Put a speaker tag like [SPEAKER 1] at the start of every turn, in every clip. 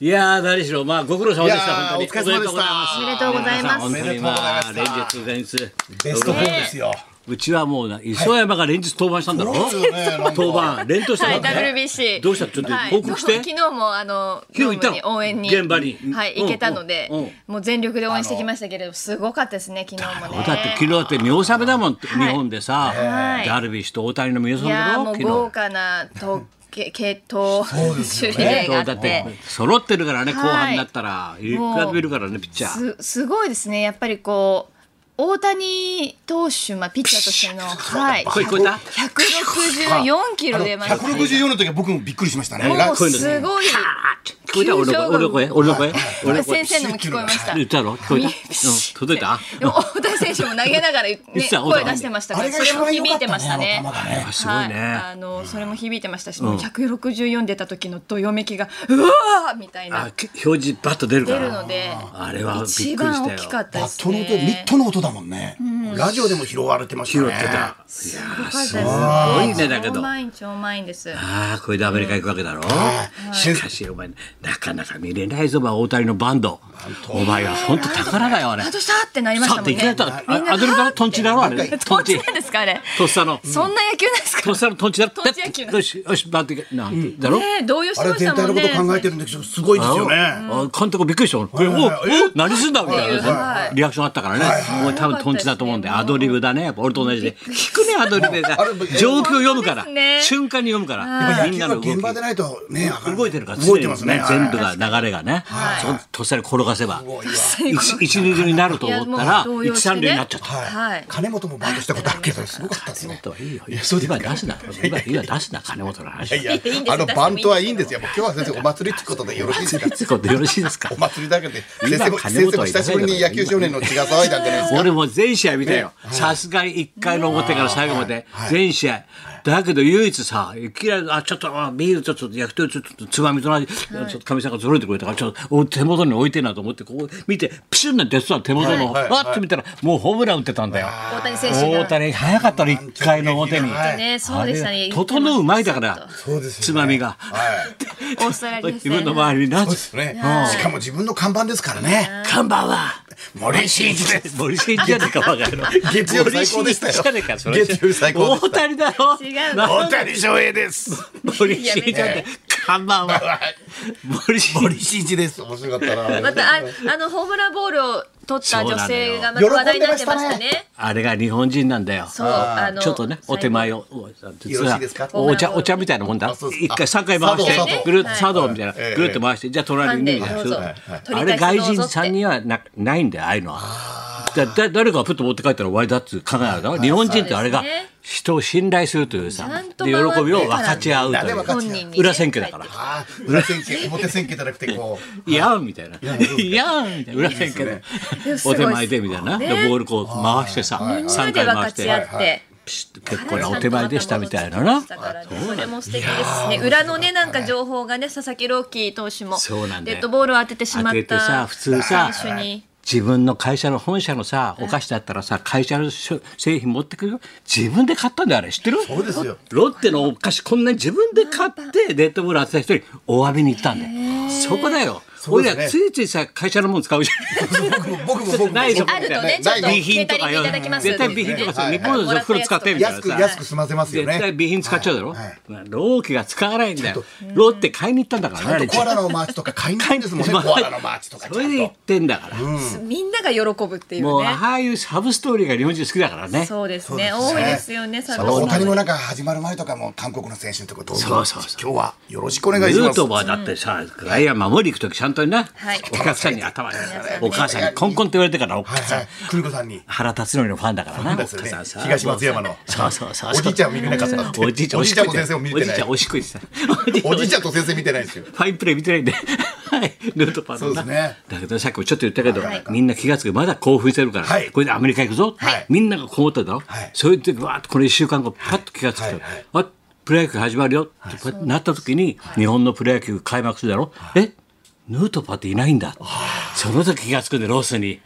[SPEAKER 1] いやー、何しろ、まあ、ご苦労様でした、
[SPEAKER 2] いや
[SPEAKER 1] 本
[SPEAKER 2] ー
[SPEAKER 1] 当に。
[SPEAKER 2] お疲れ様でした
[SPEAKER 1] お
[SPEAKER 2] お
[SPEAKER 1] め
[SPEAKER 2] め
[SPEAKER 1] で
[SPEAKER 2] で
[SPEAKER 1] とうご
[SPEAKER 2] とうご
[SPEAKER 1] ざ
[SPEAKER 2] ざ
[SPEAKER 1] い
[SPEAKER 2] い
[SPEAKER 1] ま。
[SPEAKER 2] ますすおめでとうござ
[SPEAKER 1] 連
[SPEAKER 2] いま
[SPEAKER 1] 日、連日。
[SPEAKER 2] ベスト4ですよ。
[SPEAKER 1] うちはもうな、磯山が連日登板したんだろ
[SPEAKER 2] そうですよねなんか
[SPEAKER 1] 登板、連投した
[SPEAKER 3] は
[SPEAKER 1] の
[SPEAKER 3] い、WBC。
[SPEAKER 1] どうしたちょっと
[SPEAKER 3] はい
[SPEAKER 1] 報告して
[SPEAKER 3] 昨日もあの
[SPEAKER 1] 昨日行ったの
[SPEAKER 3] ドームに応援に
[SPEAKER 1] 現場に
[SPEAKER 3] はい
[SPEAKER 1] うん
[SPEAKER 3] 行けたので
[SPEAKER 1] うんうん、
[SPEAKER 3] もう全力で応援してきましたけれど、すごかったですね昨日もね。
[SPEAKER 1] だって昨日だって見納めだもん、日本でさ、
[SPEAKER 3] はい
[SPEAKER 1] ダルビッシュと大谷の見納
[SPEAKER 3] い
[SPEAKER 1] めだ
[SPEAKER 3] やー
[SPEAKER 1] ろ
[SPEAKER 3] もう
[SPEAKER 1] 昨
[SPEAKER 3] 豪
[SPEAKER 1] 日
[SPEAKER 3] 華なとけ系統種
[SPEAKER 1] え
[SPEAKER 3] 類
[SPEAKER 1] っと
[SPEAKER 3] が
[SPEAKER 1] だ
[SPEAKER 3] あ
[SPEAKER 1] っ
[SPEAKER 3] って
[SPEAKER 1] て。揃ってるからね後
[SPEAKER 3] はい
[SPEAKER 1] 半になったらいくらでもいるからねピッチャー
[SPEAKER 3] すすごいですねやっぱりこう大谷投手、まあ、ピッチャーとしての、はい、
[SPEAKER 1] 声聞こえた
[SPEAKER 3] 164キロ出ましたね、
[SPEAKER 2] 164の時は僕もびっくりしましたね。
[SPEAKER 3] も
[SPEAKER 2] ラ
[SPEAKER 3] うすごい
[SPEAKER 1] 聞こえた俺の声俺の声俺の声俺の声
[SPEAKER 3] 先生のも聞こえました。
[SPEAKER 1] 言ったろ聞こえた、うん、届いた
[SPEAKER 3] でも大谷選手も投げながら、ね、
[SPEAKER 1] 言ってた
[SPEAKER 3] 声出してました
[SPEAKER 2] あ
[SPEAKER 3] か
[SPEAKER 2] れ
[SPEAKER 3] ら
[SPEAKER 2] が
[SPEAKER 3] それ
[SPEAKER 2] 一
[SPEAKER 3] も
[SPEAKER 2] 番良
[SPEAKER 3] 響
[SPEAKER 2] か
[SPEAKER 3] い
[SPEAKER 2] ってた
[SPEAKER 3] ましたね
[SPEAKER 2] ね。あの球がね
[SPEAKER 1] すごいね
[SPEAKER 3] はい、あのそれも響いてましたし、もう164出た時のどよめきがうわーみたいな
[SPEAKER 1] あき表示バッと出るか
[SPEAKER 3] 出
[SPEAKER 1] ら
[SPEAKER 3] るので
[SPEAKER 1] あれはびっくり
[SPEAKER 3] 一
[SPEAKER 1] したよ
[SPEAKER 3] 番大きかった
[SPEAKER 2] バッ
[SPEAKER 3] です
[SPEAKER 2] トの音、ミ
[SPEAKER 3] ね
[SPEAKER 2] ッ。トの音だもんね。ラジオでも拾われてましたね。
[SPEAKER 1] 拾ってた
[SPEAKER 3] すごかったですね。
[SPEAKER 1] すごいねだけど
[SPEAKER 3] 超満員超満員です。
[SPEAKER 1] ああこれでアメリカ行くわけだろ、
[SPEAKER 2] はい
[SPEAKER 1] しかしお前なかなか見れないぞお前大谷のバンドお前は本当宝だよあれ
[SPEAKER 3] あ
[SPEAKER 1] さ
[SPEAKER 3] としたってなりまし
[SPEAKER 1] あ
[SPEAKER 3] た
[SPEAKER 1] っ
[SPEAKER 3] もん
[SPEAKER 1] て
[SPEAKER 3] ね。
[SPEAKER 1] いきなりだった
[SPEAKER 3] みんな
[SPEAKER 1] あアドリブだろトンチだろあれト
[SPEAKER 3] ど
[SPEAKER 1] ン
[SPEAKER 3] っ
[SPEAKER 1] チ
[SPEAKER 3] ちなんですかあれ。
[SPEAKER 1] とっさの
[SPEAKER 3] そんな野球なんです
[SPEAKER 1] と
[SPEAKER 3] か
[SPEAKER 1] っ。さのトンチだろ
[SPEAKER 3] トンチ野球
[SPEAKER 1] よしよしバンドいけなんだろ、
[SPEAKER 3] ねえ動揺し
[SPEAKER 2] あ
[SPEAKER 3] て
[SPEAKER 2] れ
[SPEAKER 3] まし
[SPEAKER 2] 全
[SPEAKER 3] た
[SPEAKER 2] 体の
[SPEAKER 3] もんね。
[SPEAKER 2] こと考えてるんだけど、すごいですよね。
[SPEAKER 1] あ監督びっくりしたもんお
[SPEAKER 2] はいはい
[SPEAKER 1] お何すんだみたいな
[SPEAKER 3] はい
[SPEAKER 1] リアクションあったからねもう多分トンチだと思うんでアドリブだねやっぱ俺と同じで聞くねアドリブが
[SPEAKER 2] あれ
[SPEAKER 1] 状況読むから
[SPEAKER 3] 本当ですね
[SPEAKER 1] 瞬間に読むから
[SPEAKER 2] やっぱ
[SPEAKER 1] みん
[SPEAKER 2] 野
[SPEAKER 1] な
[SPEAKER 2] 球は
[SPEAKER 1] の動き
[SPEAKER 2] 現場でないとね、わかんない
[SPEAKER 1] 動いてるから
[SPEAKER 2] 動いてますね。
[SPEAKER 1] 常に全部
[SPEAKER 2] はい
[SPEAKER 1] が流れがねそとっさに転がせば
[SPEAKER 2] すごいわ
[SPEAKER 1] 一一二塁になると思ったら
[SPEAKER 3] いやもう動揺
[SPEAKER 1] 一
[SPEAKER 3] してね
[SPEAKER 1] 三塁になっちゃった。
[SPEAKER 2] は
[SPEAKER 3] はい
[SPEAKER 2] い。金本もバントしたことあるけど、すごかったですね。
[SPEAKER 1] いいよ。
[SPEAKER 2] いやそうです
[SPEAKER 1] 今
[SPEAKER 2] か
[SPEAKER 1] 出すな。今今出すな金本の話。
[SPEAKER 2] いや
[SPEAKER 3] いいんですよ
[SPEAKER 2] あのバントはいいんですよ。もう今日は先生お祭りってことでよろしいですか。
[SPEAKER 1] つことでよろしいですか
[SPEAKER 2] お。祭りだけで
[SPEAKER 1] 今
[SPEAKER 2] 先生も
[SPEAKER 1] 金
[SPEAKER 2] 先
[SPEAKER 1] 本はいないだ
[SPEAKER 2] 生も
[SPEAKER 1] ろ
[SPEAKER 2] 久しぶりに野球少年の血が騒いだんじゃないですか。
[SPEAKER 1] 俺も全試合見たよ。さすがに一回の表から最後まで全試合。だけど唯一さ、いきなりあちょっとあビールちょっと焼き鳥ちょっとつまみとなり、ちょっとかみさんが揃えてくれたからちょっとお手元に置いてんなと思ってここ見てピシュンなんてやってたの手元の
[SPEAKER 2] はいはい
[SPEAKER 1] わって見たらもうホームラン打ってたんだよ。
[SPEAKER 3] 大谷選手
[SPEAKER 1] 大
[SPEAKER 3] が。
[SPEAKER 1] 谷早かったね一回の表に。
[SPEAKER 2] はい
[SPEAKER 3] ねそうでしたね。
[SPEAKER 1] 整う前だから。
[SPEAKER 2] そうですよね
[SPEAKER 1] つまみが。
[SPEAKER 2] はい。
[SPEAKER 3] オーストラリア
[SPEAKER 1] 自
[SPEAKER 3] 戦
[SPEAKER 1] 分の周りにな
[SPEAKER 2] そうですね。しかも自分の看板ですからね。
[SPEAKER 1] 看板は
[SPEAKER 2] 森進一で す。
[SPEAKER 1] 森進一じゃねえかバカ野郎
[SPEAKER 2] 月曜日最高でしたよ
[SPEAKER 1] 森進一じゃねえかそれ
[SPEAKER 2] 月曜日最高でした
[SPEAKER 1] 大谷だろ
[SPEAKER 3] 違う
[SPEAKER 1] な
[SPEAKER 2] 大谷翔平です。
[SPEAKER 1] 森進一だって看板 は森進一
[SPEAKER 2] 森進一です。面白かった
[SPEAKER 3] ま
[SPEAKER 2] な。
[SPEAKER 3] たああのホームランボールを取った女性がま
[SPEAKER 2] そ
[SPEAKER 3] た
[SPEAKER 2] うなのよ
[SPEAKER 3] 話題になってましたね。
[SPEAKER 1] あれが日本人なんだよ
[SPEAKER 3] そうあの
[SPEAKER 1] ちょっとねお手前を
[SPEAKER 2] よろしいですか
[SPEAKER 1] お茶お茶みたいなもんだ
[SPEAKER 2] あそうです
[SPEAKER 1] 一回三回回し
[SPEAKER 2] 茶道茶
[SPEAKER 1] て
[SPEAKER 2] 道
[SPEAKER 1] ぐるっと茶道みたいな
[SPEAKER 2] はい
[SPEAKER 1] ぐるっと回してじゃあ隣に
[SPEAKER 3] はい
[SPEAKER 1] ね
[SPEAKER 3] どうぞはい
[SPEAKER 1] あれ外人さんにはなないんだよああいうのはだだ誰かがふっと持って帰ったら終わりだっていう考えだろ日本人ってあれが
[SPEAKER 3] そうですね
[SPEAKER 1] 人を信頼するというさ
[SPEAKER 3] ちゃん
[SPEAKER 1] で
[SPEAKER 3] と
[SPEAKER 1] 喜び
[SPEAKER 3] 回っ
[SPEAKER 1] を分
[SPEAKER 3] てから
[SPEAKER 1] かち合うとい
[SPEAKER 2] なんで
[SPEAKER 1] う
[SPEAKER 2] 分か
[SPEAKER 3] 本人に、ね。
[SPEAKER 1] 裏選挙だから
[SPEAKER 2] あー裏千家表千家じゃなくてこう。
[SPEAKER 1] いやんみたいな。いやんみたいな。裏線けど。お手前でみたいな。で、ボールこう回してさ、
[SPEAKER 3] みんな
[SPEAKER 1] 3
[SPEAKER 3] で
[SPEAKER 1] 回
[SPEAKER 3] 分
[SPEAKER 1] 回
[SPEAKER 3] か
[SPEAKER 1] し
[SPEAKER 3] ち合
[SPEAKER 1] て
[SPEAKER 3] っ。
[SPEAKER 2] はいは
[SPEAKER 3] て。
[SPEAKER 1] ピシッと結構なお手前でしたみたいなな。
[SPEAKER 3] それも素敵ですね。裏のねなんか情報がね佐々木朗希投手も
[SPEAKER 1] そうなんだよ
[SPEAKER 3] デッドボールを当ててしま
[SPEAKER 1] 当
[SPEAKER 3] って
[SPEAKER 1] てさ、
[SPEAKER 3] た
[SPEAKER 1] 普通さ、
[SPEAKER 3] 選手に。
[SPEAKER 1] 自分の会社の本社のさ、お菓子だったらさ、会社の商製品持ってくるよ。自分で買ったんだよ、あれ。知ってる
[SPEAKER 2] そうですよ。
[SPEAKER 1] ロッテのお菓子こんなに自分で買ってデッドボール当てた人にお詫びに行ったんだよ。そこだよ。
[SPEAKER 2] うです
[SPEAKER 1] 俺
[SPEAKER 2] ね
[SPEAKER 1] らついついさ、会社のもん使うじゃん。
[SPEAKER 2] 僕も僕も僕も。
[SPEAKER 1] ないぞ
[SPEAKER 3] あるとねちょ
[SPEAKER 2] ない
[SPEAKER 3] っと
[SPEAKER 2] な
[SPEAKER 1] 備
[SPEAKER 2] い
[SPEAKER 1] 品とかよ
[SPEAKER 3] いただきます
[SPEAKER 1] 絶対備品とかさ、日本の袋使ってみたいな
[SPEAKER 2] 安く
[SPEAKER 1] さ
[SPEAKER 2] 安く済ませますよ
[SPEAKER 1] 絶
[SPEAKER 2] ね。
[SPEAKER 1] 対備品使っちゃうだろ
[SPEAKER 2] はいはい
[SPEAKER 1] ローキが使わないんだよロッテ買いに行ったんだからね
[SPEAKER 2] あ
[SPEAKER 1] あれ
[SPEAKER 2] とコアラのマーチとか買いに行くんですもんね。コアラのマーチとかちゃん
[SPEAKER 1] それで行
[SPEAKER 2] と
[SPEAKER 1] っ。てんだから
[SPEAKER 3] みんなが喜ぶっていう
[SPEAKER 1] もう
[SPEAKER 3] ね。
[SPEAKER 1] ああいうサブストーリーが日本人好きだからねそう
[SPEAKER 3] そうですね。多いですよね。佐
[SPEAKER 2] 大
[SPEAKER 3] 藤
[SPEAKER 2] 谷もなんか始まる前とかも韓国の選手のとこどうぞ
[SPEAKER 1] そうそうそ
[SPEAKER 2] 今日はよろしくお願いし
[SPEAKER 1] ヌ
[SPEAKER 2] ま
[SPEAKER 1] ー
[SPEAKER 2] す
[SPEAKER 1] ト。バーだってさ外野守り行く時ちゃんとな
[SPEAKER 3] はい
[SPEAKER 1] お客さんに頭に
[SPEAKER 3] はい
[SPEAKER 1] お母さんにコンコンって言われてからお
[SPEAKER 2] はい
[SPEAKER 1] 母さ
[SPEAKER 2] は
[SPEAKER 1] ん
[SPEAKER 2] い。久美子さ んに。
[SPEAKER 1] 原辰徳のファンだからなお
[SPEAKER 2] で
[SPEAKER 1] 母
[SPEAKER 2] すよね
[SPEAKER 1] さんさ
[SPEAKER 2] 東松山の
[SPEAKER 1] そうそうそう
[SPEAKER 2] おじいちゃん見れなかったって
[SPEAKER 1] おじいちゃん
[SPEAKER 2] おじいちゃんも
[SPEAKER 1] おしっこ行って
[SPEAKER 2] 先生も見れてな
[SPEAKER 1] おじい
[SPEAKER 2] い
[SPEAKER 1] ちゃんおしっこ行ってた
[SPEAKER 2] おじいちゃんと先生見てない ですよ。
[SPEAKER 1] ファインプレー見てないん で。はい、ヌートバーのな
[SPEAKER 2] そうですね
[SPEAKER 1] だけどさっきもちょっと言ったけど、
[SPEAKER 2] はい
[SPEAKER 1] みんな気がつくまだ興奮してるから、
[SPEAKER 2] はい
[SPEAKER 1] これでアメリカ行くぞ、
[SPEAKER 2] はい
[SPEAKER 1] みんながこう思っただろ、
[SPEAKER 2] はい
[SPEAKER 1] そういう時わーっとこの1週間後パッと気がつくと、
[SPEAKER 2] はいはい
[SPEAKER 1] あプロ野球始まるよってこうやってなった時に、日本のプロ野球開幕するだろ、えヌートバーっていないんだその時気がつくんでロースに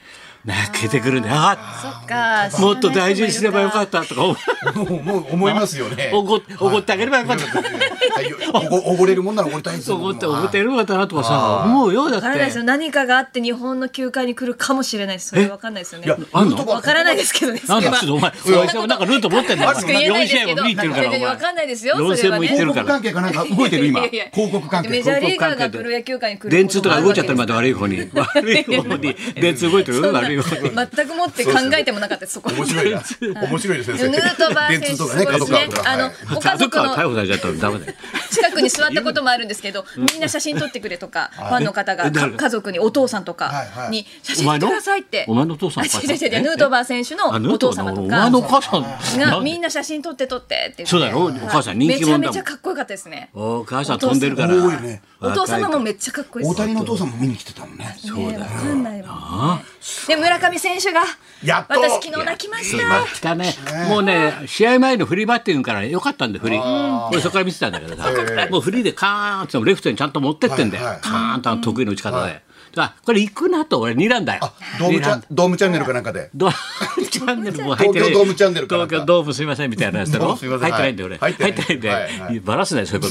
[SPEAKER 1] 泣けてくるんであ
[SPEAKER 3] そっか。
[SPEAKER 1] ーもっと大事にすればよか
[SPEAKER 3] っ
[SPEAKER 1] ったとか思う
[SPEAKER 2] もうもう思いますよね。
[SPEAKER 1] おごおごってあげればよかった。
[SPEAKER 2] はいおごおごれるもんならおごりたいです
[SPEAKER 1] そう
[SPEAKER 2] よ
[SPEAKER 1] 思って
[SPEAKER 2] 僕も
[SPEAKER 1] 思ってやるのかなとかさ思うよだっ
[SPEAKER 3] からないです
[SPEAKER 1] て
[SPEAKER 3] よ。何かがあって日本の球界に来るかもしれないです。それわかんないですよね。
[SPEAKER 1] あんの
[SPEAKER 3] わからないですけどね。
[SPEAKER 1] なんだちょっ
[SPEAKER 3] そ
[SPEAKER 1] と
[SPEAKER 3] れ
[SPEAKER 1] お
[SPEAKER 3] は
[SPEAKER 1] 前お前さんもなんかルート持ってんだ
[SPEAKER 2] 詳しく言え
[SPEAKER 3] ないです
[SPEAKER 1] 試
[SPEAKER 3] けど
[SPEAKER 1] 合も見に行ってるからお前
[SPEAKER 3] わかんないですよ
[SPEAKER 1] 四戦も行ってる
[SPEAKER 2] 広
[SPEAKER 1] か
[SPEAKER 2] 告
[SPEAKER 1] ら
[SPEAKER 2] 関係かなんか動いてる今
[SPEAKER 3] いやいや
[SPEAKER 2] 広告関係
[SPEAKER 3] メジャーリーガーがプロ野球界に来る。
[SPEAKER 1] 電通とか動いちゃったらまた悪い方に 悪い方に電通動いてる
[SPEAKER 3] そんな
[SPEAKER 1] 悪い方に
[SPEAKER 3] 全くもって考えてもなかったですそこ。
[SPEAKER 2] 面白いな面白いですね
[SPEAKER 3] ヌートバー選手
[SPEAKER 2] 電通と
[SPEAKER 3] すご
[SPEAKER 2] かね
[SPEAKER 3] いですね
[SPEAKER 2] 角川と。か
[SPEAKER 3] あの
[SPEAKER 2] はい
[SPEAKER 3] ご家
[SPEAKER 1] 家
[SPEAKER 3] 族
[SPEAKER 1] 族は逮
[SPEAKER 3] の
[SPEAKER 1] 捕されちゃったらダメだよ
[SPEAKER 3] 近くに座ったこともあるんですけど、みんな写真撮ってくれとか、ファンの方
[SPEAKER 1] え
[SPEAKER 3] が
[SPEAKER 1] 誰
[SPEAKER 3] か
[SPEAKER 1] が
[SPEAKER 3] 家族にお父さんと
[SPEAKER 2] はいは
[SPEAKER 3] か
[SPEAKER 2] い
[SPEAKER 3] に写真撮ってくださいって。
[SPEAKER 1] お前のお父さん
[SPEAKER 3] あ
[SPEAKER 1] お母
[SPEAKER 3] 違
[SPEAKER 1] さ
[SPEAKER 3] うん違う違うヌートバー選手の
[SPEAKER 1] あヌー
[SPEAKER 3] お
[SPEAKER 1] ト
[SPEAKER 3] 父
[SPEAKER 1] バーの
[SPEAKER 3] 様と
[SPEAKER 1] お
[SPEAKER 3] か
[SPEAKER 1] 前のお母さん
[SPEAKER 3] が
[SPEAKER 1] なんで
[SPEAKER 3] みんな写真撮って撮ってって言って
[SPEAKER 1] そうだろお母さん人気者だもん
[SPEAKER 3] めちゃめちゃかっこよかったですね
[SPEAKER 1] お母さん飛んでるから
[SPEAKER 2] お父さん多いね
[SPEAKER 3] お父様もめっちゃかっこいい
[SPEAKER 2] 大
[SPEAKER 3] です
[SPEAKER 2] 谷のお父さんも見に来てたのね
[SPEAKER 3] ねわかんないもんねで村上選手が
[SPEAKER 2] やっと
[SPEAKER 3] 私昨日泣きました
[SPEAKER 1] 来たねもうね試合前のフリーバッティングからよかったんでフリー俺そこから見てたんだけどさもうフリーでカーンってレフトにちゃんと持ってってんだよ
[SPEAKER 2] はいはい
[SPEAKER 1] カーンとあの得意の打ち方であこれ行くなと俺睨んだよ
[SPEAKER 2] あドームチ
[SPEAKER 1] 睨ん
[SPEAKER 2] ャ
[SPEAKER 1] だ
[SPEAKER 2] ドームチャンネルかなんかで
[SPEAKER 1] ドームチャンネルも入ってない
[SPEAKER 2] 東京ドームチャンネルかなん
[SPEAKER 1] 東
[SPEAKER 2] か
[SPEAKER 1] 京ドームすみませんみたいなやつだ
[SPEAKER 2] どう
[SPEAKER 1] ろ
[SPEAKER 2] も す
[SPEAKER 1] 入
[SPEAKER 2] い
[SPEAKER 1] っ
[SPEAKER 2] ま
[SPEAKER 1] て
[SPEAKER 2] せん
[SPEAKER 1] ないんだよ俺
[SPEAKER 2] は
[SPEAKER 1] 入
[SPEAKER 2] い
[SPEAKER 1] ってないんだ
[SPEAKER 2] はいは
[SPEAKER 1] よ
[SPEAKER 2] い
[SPEAKER 1] バラすないそういうこ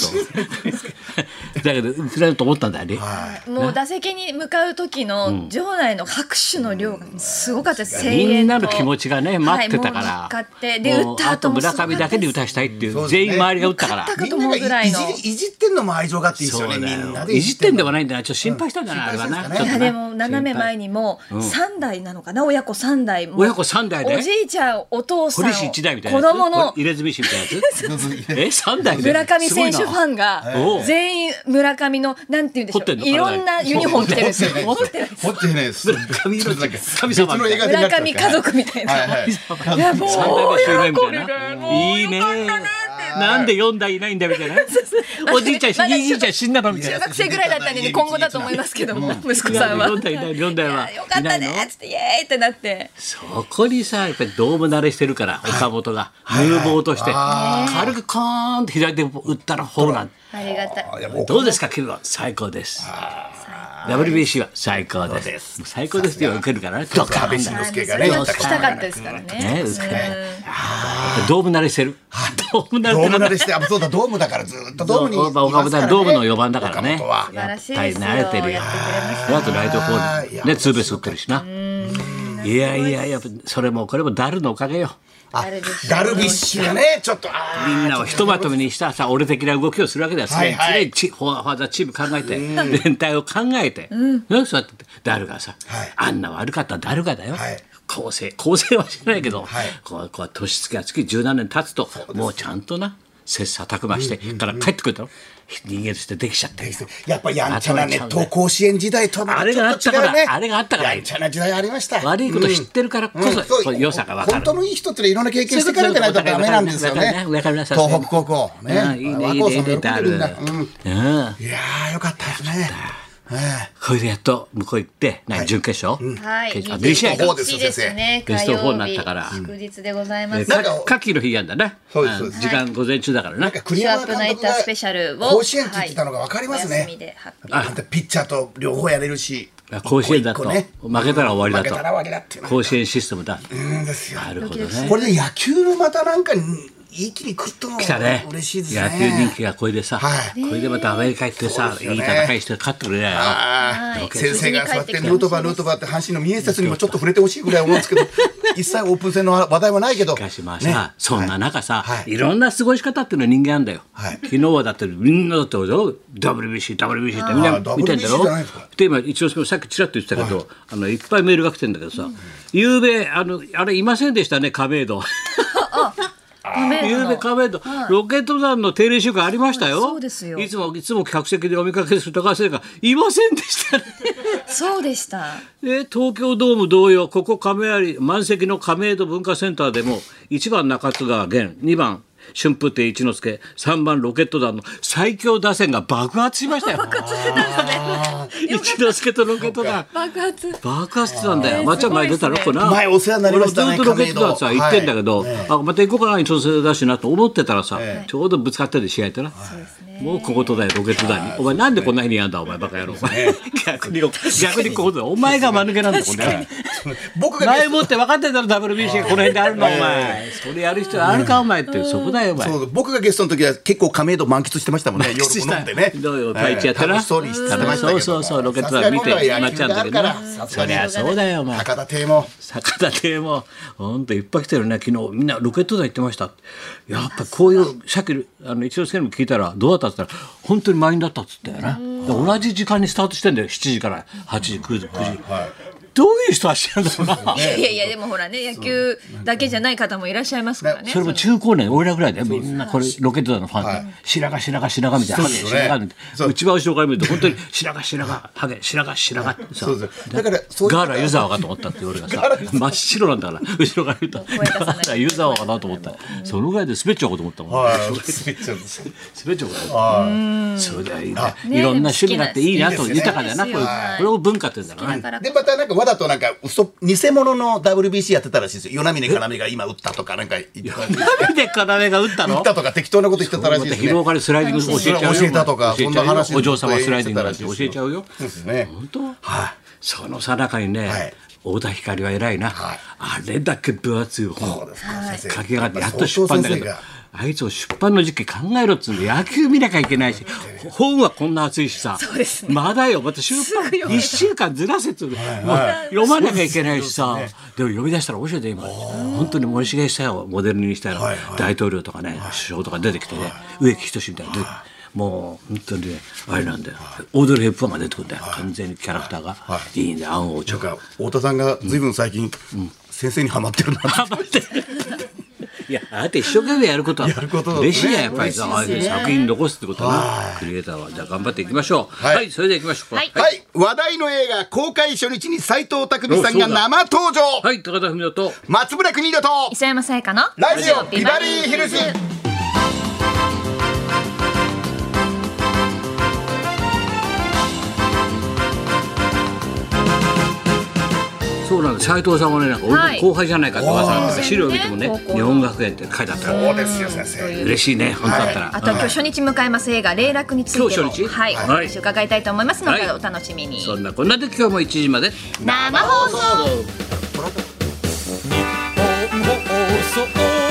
[SPEAKER 1] と だけど振られると思ったんだよね
[SPEAKER 3] もう打席に向かう時の場内の拍手の量がすごかったです声援と
[SPEAKER 1] みんなの気持ちがね待ってたか
[SPEAKER 3] はいもう
[SPEAKER 1] ら
[SPEAKER 3] 乗っかってで
[SPEAKER 1] もう
[SPEAKER 3] 打った
[SPEAKER 1] あと
[SPEAKER 3] 後も
[SPEAKER 1] 村上だけで打
[SPEAKER 3] った
[SPEAKER 1] たしたいっていう
[SPEAKER 2] そうですね
[SPEAKER 1] 全員周りが打ったから
[SPEAKER 3] 勝った
[SPEAKER 2] みんなが
[SPEAKER 3] ぐらいの
[SPEAKER 2] いじいじってんのも愛情があっていいですよねみんなで
[SPEAKER 1] いじってんでは
[SPEAKER 2] な
[SPEAKER 1] な
[SPEAKER 2] い
[SPEAKER 1] いんだなちょっと心配したんじゃないあれは
[SPEAKER 2] う
[SPEAKER 1] なんちょっと
[SPEAKER 3] いや
[SPEAKER 1] ね
[SPEAKER 3] でも斜め前にも3代なのかな親子3代も
[SPEAKER 1] 親子三代で
[SPEAKER 3] おじいちゃんお父さん
[SPEAKER 1] 堀
[SPEAKER 3] を
[SPEAKER 1] 市一代み
[SPEAKER 3] 子
[SPEAKER 1] たいなやつ
[SPEAKER 3] 供の
[SPEAKER 1] これ入れ墨市みたいなやつ え三代で
[SPEAKER 3] 村上選手ファン
[SPEAKER 1] すごい
[SPEAKER 3] が
[SPEAKER 1] な
[SPEAKER 3] 全員村上のなんて言うんでし
[SPEAKER 1] 掘
[SPEAKER 3] ょ
[SPEAKER 1] ってん
[SPEAKER 3] う
[SPEAKER 1] の
[SPEAKER 3] いろんなユニフォーム着てるんですよ
[SPEAKER 2] 掘って
[SPEAKER 3] 掘ってない
[SPEAKER 2] 掘ってないです
[SPEAKER 1] 神の神
[SPEAKER 2] 別
[SPEAKER 1] 様み
[SPEAKER 2] の
[SPEAKER 1] たい
[SPEAKER 2] 映
[SPEAKER 1] な
[SPEAKER 2] 画でなっ
[SPEAKER 3] 村
[SPEAKER 2] てた
[SPEAKER 3] 上家族みたい
[SPEAKER 2] はい
[SPEAKER 3] な
[SPEAKER 2] はい
[SPEAKER 3] いやもう
[SPEAKER 1] 三代目襲名みたい
[SPEAKER 3] 喜びでもう
[SPEAKER 1] な。いいね。なんで四代いないんだみたい な。おじいちゃん、
[SPEAKER 3] まだ
[SPEAKER 1] ひいじいちゃん死んだのみたいな。
[SPEAKER 3] 中学生ぐらいだったんでね今後だと思いますけども息子さんは
[SPEAKER 1] 四代いない、四代は。
[SPEAKER 3] よかっ
[SPEAKER 1] いな
[SPEAKER 3] た
[SPEAKER 1] いの
[SPEAKER 3] ねっつってイエーイってなって
[SPEAKER 1] そこにさ、やっぱりドーム慣れしてるから、岡本が、無謀として、軽くコーンって左手打ったらホームラン。
[SPEAKER 3] ありがたい
[SPEAKER 2] いやもう
[SPEAKER 1] どうですか、気分は最高です。WBC は最高です。もう最高ですって言われてるからね。ドカ
[SPEAKER 2] 安
[SPEAKER 1] ー
[SPEAKER 2] 倍
[SPEAKER 1] ン
[SPEAKER 2] 晋之助が
[SPEAKER 3] そ
[SPEAKER 2] ね
[SPEAKER 3] れ
[SPEAKER 2] 言
[SPEAKER 3] は
[SPEAKER 2] った
[SPEAKER 3] 聞き
[SPEAKER 2] から
[SPEAKER 3] たかったですからね
[SPEAKER 1] ね打つからねドーム慣れしてる。ドーム慣れ
[SPEAKER 2] ド
[SPEAKER 1] て
[SPEAKER 2] ーム
[SPEAKER 1] る
[SPEAKER 2] 慣れしてあそうだドームだからずっとドームにい
[SPEAKER 1] そう
[SPEAKER 2] ますか
[SPEAKER 1] 岡本は
[SPEAKER 2] らね
[SPEAKER 1] ドームの四番だからね
[SPEAKER 2] 岡本は
[SPEAKER 3] 素晴らしい
[SPEAKER 1] は
[SPEAKER 3] で
[SPEAKER 1] い
[SPEAKER 3] すよ
[SPEAKER 1] 慣れてるよ
[SPEAKER 3] やってくれ
[SPEAKER 1] あ
[SPEAKER 3] まし
[SPEAKER 1] とライトフォー
[SPEAKER 2] い
[SPEAKER 1] ル
[SPEAKER 2] や
[SPEAKER 1] ねツーベース打ってるしないやいややっぱそれもこれもダルのおかげよ
[SPEAKER 2] あ
[SPEAKER 3] ダルビッシュ
[SPEAKER 2] ダルビッシュがねちょっとあ
[SPEAKER 1] み
[SPEAKER 2] ー
[SPEAKER 1] んなをひとまとめにしたさ俺的な動きをするわけだよ常
[SPEAKER 2] は
[SPEAKER 1] に
[SPEAKER 2] いはい
[SPEAKER 1] 常にチフォアフォワードチーム考えて全体を考えてねそうやってダルがさ
[SPEAKER 2] はい
[SPEAKER 1] あんな悪かったダルがだよ
[SPEAKER 2] はい
[SPEAKER 1] 構成構成はしてないけど
[SPEAKER 2] はい
[SPEAKER 1] こうこう年月がつき17年経つともうちゃんとな切磋琢磨してから帰ってくるだろ人間としてできちゃってるよ
[SPEAKER 2] やっぱやんちゃなネット甲子園時代とは
[SPEAKER 1] あれがあったから
[SPEAKER 2] ちょと違うね
[SPEAKER 1] あれがあったから
[SPEAKER 2] やんちゃな時代ありました
[SPEAKER 1] 悪いこと知ってるからこそ
[SPEAKER 2] うんそう
[SPEAKER 1] この良さが分かる
[SPEAKER 2] 本当のいい人ってのはいろんな経験してからじゃないとダメなんですよね
[SPEAKER 1] わかりました
[SPEAKER 2] 東北高校ね
[SPEAKER 1] うんいいねいいねいいねダ
[SPEAKER 2] 若い子さんも喜んで
[SPEAKER 1] ル
[SPEAKER 2] みんなうん
[SPEAKER 1] うん
[SPEAKER 2] いやーよかったですねええ
[SPEAKER 1] これでやっと向こう行って何準決勝
[SPEAKER 3] たはい
[SPEAKER 1] 決勝
[SPEAKER 3] 見て
[SPEAKER 1] 2試合
[SPEAKER 2] ベスト
[SPEAKER 1] か
[SPEAKER 2] 4ですよ
[SPEAKER 3] いいね
[SPEAKER 1] ベスト
[SPEAKER 3] 火
[SPEAKER 1] 4
[SPEAKER 3] 曜日
[SPEAKER 1] になったから
[SPEAKER 3] 祝日でございま
[SPEAKER 1] え
[SPEAKER 3] す
[SPEAKER 1] ー
[SPEAKER 2] なんか
[SPEAKER 1] か夏季の日やんだね
[SPEAKER 2] そうですそうです
[SPEAKER 1] 時間午前中だから
[SPEAKER 2] なん
[SPEAKER 1] な
[SPEAKER 2] か栗山
[SPEAKER 3] シャープナ
[SPEAKER 2] 監
[SPEAKER 3] イ
[SPEAKER 2] 督
[SPEAKER 3] ター
[SPEAKER 2] が
[SPEAKER 3] スペシャルを
[SPEAKER 2] 甲子園って言ってたのが分かります
[SPEAKER 3] お休み
[SPEAKER 2] ね
[SPEAKER 3] で発表
[SPEAKER 2] あんたピッチャーと両方やれるし
[SPEAKER 1] 甲子園だと
[SPEAKER 2] 一個一個ね
[SPEAKER 1] 負けたら終わ
[SPEAKER 2] 負
[SPEAKER 1] り
[SPEAKER 2] け
[SPEAKER 1] だ
[SPEAKER 2] たら
[SPEAKER 1] と
[SPEAKER 2] 終わりだっていうのが
[SPEAKER 1] 甲子園システムだ
[SPEAKER 2] うんですよ
[SPEAKER 1] なるほどね
[SPEAKER 2] これで野球のまたなんかに一気に来るとも
[SPEAKER 1] 来たね
[SPEAKER 2] 嬉しいですね
[SPEAKER 1] 野球人気がこれでさ
[SPEAKER 2] はい
[SPEAKER 1] これでまたアメリカ行ってさ
[SPEAKER 2] そ
[SPEAKER 1] い
[SPEAKER 2] うですよ
[SPEAKER 1] い
[SPEAKER 2] ね
[SPEAKER 1] 戦いして勝ってくれりゃよ
[SPEAKER 2] あ
[SPEAKER 3] はい
[SPEAKER 2] ー先生が座ってヌートバーヌートバーって阪神のミエセスにもちょっと触れてほしいぐらい思うんですけど一切オープン戦の話題はないけど
[SPEAKER 1] しかしまあ
[SPEAKER 2] ね
[SPEAKER 1] さそんな中さ
[SPEAKER 2] はい
[SPEAKER 1] いろんな過ごし方っていうのは人間あんだよ
[SPEAKER 2] はい
[SPEAKER 1] 昨日はだってみんなだって WBC、WBC ってみんな
[SPEAKER 2] あー
[SPEAKER 1] 見てんだろ
[SPEAKER 2] WBC じゃないですか
[SPEAKER 1] で今一之輔もさっきちらっと言ってたけどあのいっぱいメールが来てんだけどさ昨べあのあれいませんでしたね亀戸
[SPEAKER 3] ダメな
[SPEAKER 1] ゆうべ
[SPEAKER 3] の
[SPEAKER 1] 亀戸、ロケット団の定例集会ありましたよ。
[SPEAKER 3] そうですよ
[SPEAKER 1] いつもいつも客席でお見かけする高橋先生がいませんでしたね。
[SPEAKER 3] そうでした
[SPEAKER 1] え東京ドーム同様ここ亀有満席の亀戸文化センターでも1番中津川源2番春風亭一之輔3番ロケット団の最強打線が爆発しましたよ。 一之輔とロケット団
[SPEAKER 3] 爆発
[SPEAKER 1] 爆発してたんだよ。まっちゃん前出たろこな。
[SPEAKER 2] 前お世話になりました
[SPEAKER 1] 俺
[SPEAKER 2] ね
[SPEAKER 1] ずっとロケット団さ
[SPEAKER 2] 亀戸
[SPEAKER 1] 行ってんだけど、
[SPEAKER 2] はい
[SPEAKER 1] あまた行こうかな一之輔だしなと思ってたらさ、ちょうどぶつかってで試合ってな。
[SPEAKER 3] そうですね
[SPEAKER 1] もう小言だよ、ロケットだに。お前なんでこんな日にやんだ、お前バカ野郎。逆に、逆に小言だよ。お前が間抜けなんだよ、こんなの。
[SPEAKER 2] 僕がゲ
[SPEAKER 1] 前
[SPEAKER 2] ス
[SPEAKER 1] もって分かってんだろ WBC がこの辺であるのお前それやる必要あるかお前ってそこだよお
[SPEAKER 2] ト
[SPEAKER 1] 前
[SPEAKER 2] そう僕がゲストの時は結構亀戸満喫してましたもんね。夜も飲んでね。
[SPEAKER 1] どうよパイチやってな
[SPEAKER 2] 楽しそうにしてましたけ
[SPEAKER 1] そう
[SPEAKER 2] ど。
[SPEAKER 1] そうそうロケットは見て
[SPEAKER 2] な
[SPEAKER 1] なっちゃうんだけどなそりゃそうだよお前
[SPEAKER 2] 高田邸も
[SPEAKER 1] 坂田邸もほんといっぱい来てるね昨日みんなロケット団行ってましたってやっぱこういうさっきあの一之輔にも聞いたらどうだったって言ったら本当に満員だったっつったよねで同じ時間にスタートしてんだよ7時から8時9時9時どういう人走るんだろうな。
[SPEAKER 3] いやいやいやでもほらね野球だけじゃない方もいらっしゃいますからね
[SPEAKER 1] それも中高年俺らぐらいだよみんなこれロケット団のファンで、
[SPEAKER 2] はい
[SPEAKER 1] 白髪白髪白髪みたいなハ
[SPEAKER 2] そう
[SPEAKER 1] ゲ
[SPEAKER 2] ですよね
[SPEAKER 1] 白髪みたい
[SPEAKER 2] そ
[SPEAKER 1] な
[SPEAKER 2] う
[SPEAKER 1] 一番後ろから見ると本当に白髪白髪ハゲ白髪白髪ってさ
[SPEAKER 2] そうですだからそういう
[SPEAKER 1] ガーラ湯沢かと思ったって俺がさ真っ白なんだから後ろから見ると
[SPEAKER 3] 出さない
[SPEAKER 1] ガーラ湯沢かなと思ったそのぐらいで滑っちゃおうかと思ったもん
[SPEAKER 2] はい滑っちゃうんです
[SPEAKER 1] 滑っちゃおうかと思った
[SPEAKER 2] は
[SPEAKER 1] そうだよいいね
[SPEAKER 3] ね
[SPEAKER 1] いろんな趣味があっていいなと
[SPEAKER 2] 好きな
[SPEAKER 1] 豊かだなこ
[SPEAKER 3] い
[SPEAKER 1] れ
[SPEAKER 3] いですよはい
[SPEAKER 1] これを文化って言うんだから
[SPEAKER 3] だ
[SPEAKER 1] ね
[SPEAKER 3] から
[SPEAKER 2] いでまたなんかわざとなんか嘘偽物の WBC やってたらしいですよ。与那嶺かなみが今打ったとかなんか言って
[SPEAKER 1] なんで要が打った
[SPEAKER 2] 打
[SPEAKER 1] の
[SPEAKER 2] ったとか適当なこと言ってたらしいです
[SPEAKER 1] 疲労
[SPEAKER 2] ね。
[SPEAKER 1] からスライディング教えちゃうよ
[SPEAKER 2] 教えたとか
[SPEAKER 1] 教えちゃうよ
[SPEAKER 2] そんな話
[SPEAKER 1] お嬢様スライディングなんて教えちゃうよ
[SPEAKER 2] そうですね。
[SPEAKER 1] 本当
[SPEAKER 2] はい。
[SPEAKER 1] そのさなかにね、
[SPEAKER 2] はい
[SPEAKER 1] 太田光は偉いな、
[SPEAKER 2] はい
[SPEAKER 1] あれだけ分厚い
[SPEAKER 2] そう
[SPEAKER 1] 本
[SPEAKER 2] ですか先生
[SPEAKER 1] 書き上がってやっと出版だけど
[SPEAKER 2] やっぱ
[SPEAKER 1] あいつを出版の時期考えろっつうんで野球見なきゃいけ ないし本はこんな厚いしさ
[SPEAKER 3] そうですね
[SPEAKER 1] まだよまた出版
[SPEAKER 3] すぐ読め
[SPEAKER 1] 1週間ずらせっつうんでもう読まなきゃいけないしさでも読み出したら面白いで今本当に森重久代をモデルにしたような
[SPEAKER 2] はいはい
[SPEAKER 1] 大統領とかね首相とか出てきてね植木仁みたいなの出てもう本当にねあれなんだよオードリー・ヘップバーンが出てくるんだよ完全にキャラクターが
[SPEAKER 2] はい
[SPEAKER 1] いいんだよ暗号ち
[SPEAKER 2] な
[SPEAKER 1] ょ
[SPEAKER 2] んか太田さんがずいぶん最近、先生にハマってるなって。
[SPEAKER 1] いや、あなた一生懸命やることは、
[SPEAKER 2] ることだね
[SPEAKER 1] 嬉しいや、やっぱりさ、ああいう作品残すってことは
[SPEAKER 2] は
[SPEAKER 1] な、クリエイターは、じゃあ頑張っていきましょう。は、
[SPEAKER 2] はいい
[SPEAKER 1] それでは行きましょう。
[SPEAKER 3] はい
[SPEAKER 2] はい、話題の映画公開初日に斎藤工さんが生登場、
[SPEAKER 1] はい、高田文夫と、
[SPEAKER 2] 松村邦洋と
[SPEAKER 3] 磯山さやかの
[SPEAKER 2] ラジオビバリーヒルズ
[SPEAKER 1] そうなんです。斎藤さんはね、なんか、
[SPEAKER 3] は
[SPEAKER 1] 俺の
[SPEAKER 3] い
[SPEAKER 1] 後輩じゃないかって噂なんですよ資料見てもね
[SPEAKER 3] 全然、ね
[SPEAKER 1] 日本学園って書いてあった
[SPEAKER 2] そうですよ先生
[SPEAKER 1] 嬉しいね、本当だったら。
[SPEAKER 3] あとは今日初日迎えます映画「霊落」について
[SPEAKER 1] 今
[SPEAKER 3] も
[SPEAKER 1] 日初日
[SPEAKER 3] はい、
[SPEAKER 1] はい
[SPEAKER 3] お話伺いたいと思いますの
[SPEAKER 1] は
[SPEAKER 3] で、
[SPEAKER 1] い
[SPEAKER 3] お楽しみに
[SPEAKER 1] そんなこんなで今日も1時まで。
[SPEAKER 3] 生放送
[SPEAKER 4] 放送